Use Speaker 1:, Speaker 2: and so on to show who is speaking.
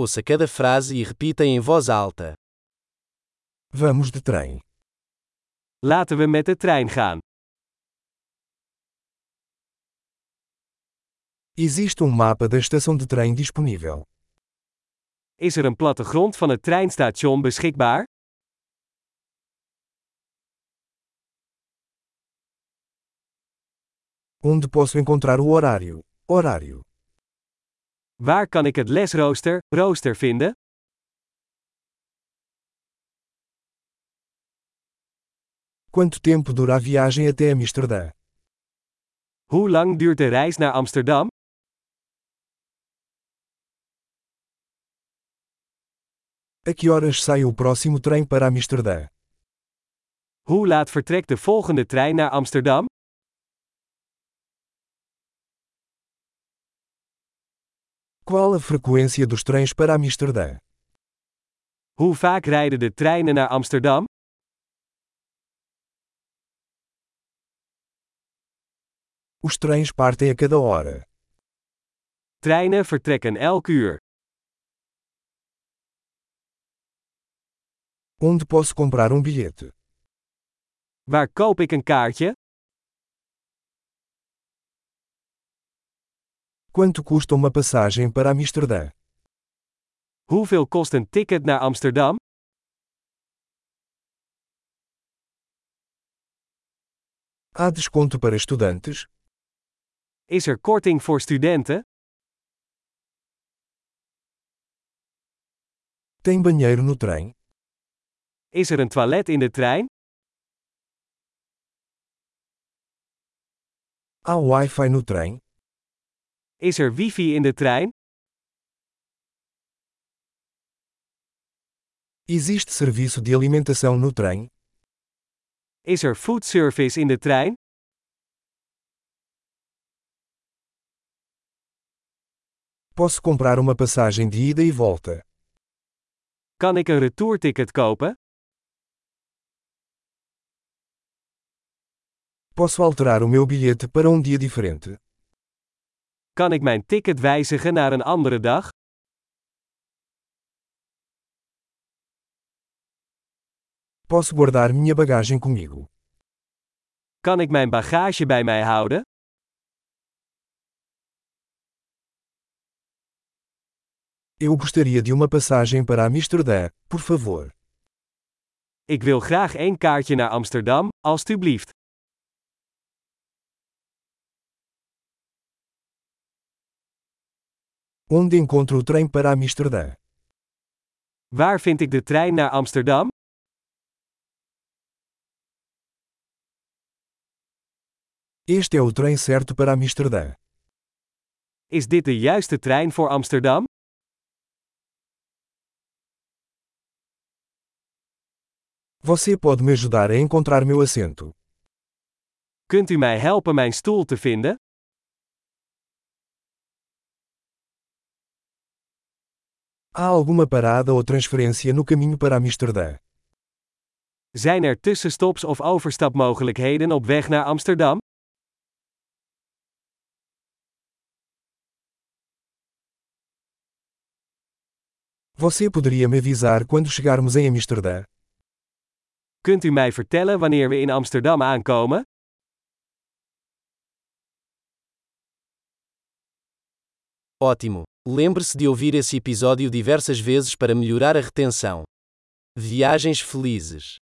Speaker 1: Ouça cada frase e repita em voz alta.
Speaker 2: Vamos de trem.
Speaker 3: Laten we met de trein gaan.
Speaker 2: Existe um mapa da estação de trem disponível.
Speaker 3: Is er een plattegrond van het treinstation beschikbaar?
Speaker 2: Onde posso encontrar o horário? Horário.
Speaker 3: Waar kan ik het lesrooster, rooster vinden?
Speaker 2: Quanto tempo dura a viagem até Amsterdã?
Speaker 3: Hoe lang duurt de reis naar Amsterdam?
Speaker 2: A que horas sai o próximo trem para Amsterdã?
Speaker 3: Hoe laat vertrekt de volgende trein naar Amsterdam?
Speaker 2: Qual a frequência dos trens para Amsterdã?
Speaker 3: Hoe vaak rijden de treinen naar Amsterdam?
Speaker 2: Os trens partem a cada hora.
Speaker 3: Treinen vertrekken elk uur.
Speaker 2: Onde posso comprar um bilhete?
Speaker 3: Waar koop ik een kaartje?
Speaker 2: Quanto custa uma passagem para Amsterdã?
Speaker 3: Hoeveel kost een ticket naar Amsterdam?
Speaker 2: Há desconto para estudantes?
Speaker 3: Is er korting voor studenten?
Speaker 2: Tem banheiro no trem?
Speaker 3: Is er een toilet in de trein?
Speaker 2: Há Wi-Fi no trem?
Speaker 3: Is er wifi in de trein?
Speaker 2: Existe serviço de alimentação no trem?
Speaker 3: Is er foodservice in de trein?
Speaker 2: Posso comprar uma passagem de ida e volta?
Speaker 3: Kan ik een retourticket kopen?
Speaker 2: Posso alterar o meu bilhete para um dia diferente?
Speaker 3: Kan ik mijn ticket wijzigen naar een andere dag?
Speaker 2: Posso guardar minha bagagem comigo?
Speaker 3: Kan ik mijn bagage bij mij houden?
Speaker 2: Eu gostaria de uma passagem para Amsterdã, por favor.
Speaker 3: Ik wil graag één kaartje naar Amsterdam, alstublieft.
Speaker 2: Onde encontro o trem para Amsterdã?
Speaker 3: Waar vind ik de trein naar Amsterdam?
Speaker 2: Este é o trem certo para Amsterdã.
Speaker 3: Is dit de juiste trein voor Amsterdam?
Speaker 2: Você pode me ajudar a encontrar meu assento.
Speaker 3: Kunt u mij helpen mijn stoel te vinden?
Speaker 2: Há alguma parada ou transferência no caminho para Amsterdã?
Speaker 3: Zijn er tussenstops of overstapmogelijkheden op weg naar Amsterdam?
Speaker 2: Você poderia me avisar quando chegarmos em Amsterdã?
Speaker 3: Kunt u mij vertellen wanneer we in Amsterdam aankomen?
Speaker 1: Ótimo! Lembre-se de ouvir esse episódio diversas vezes para melhorar a retenção. Viagens felizes!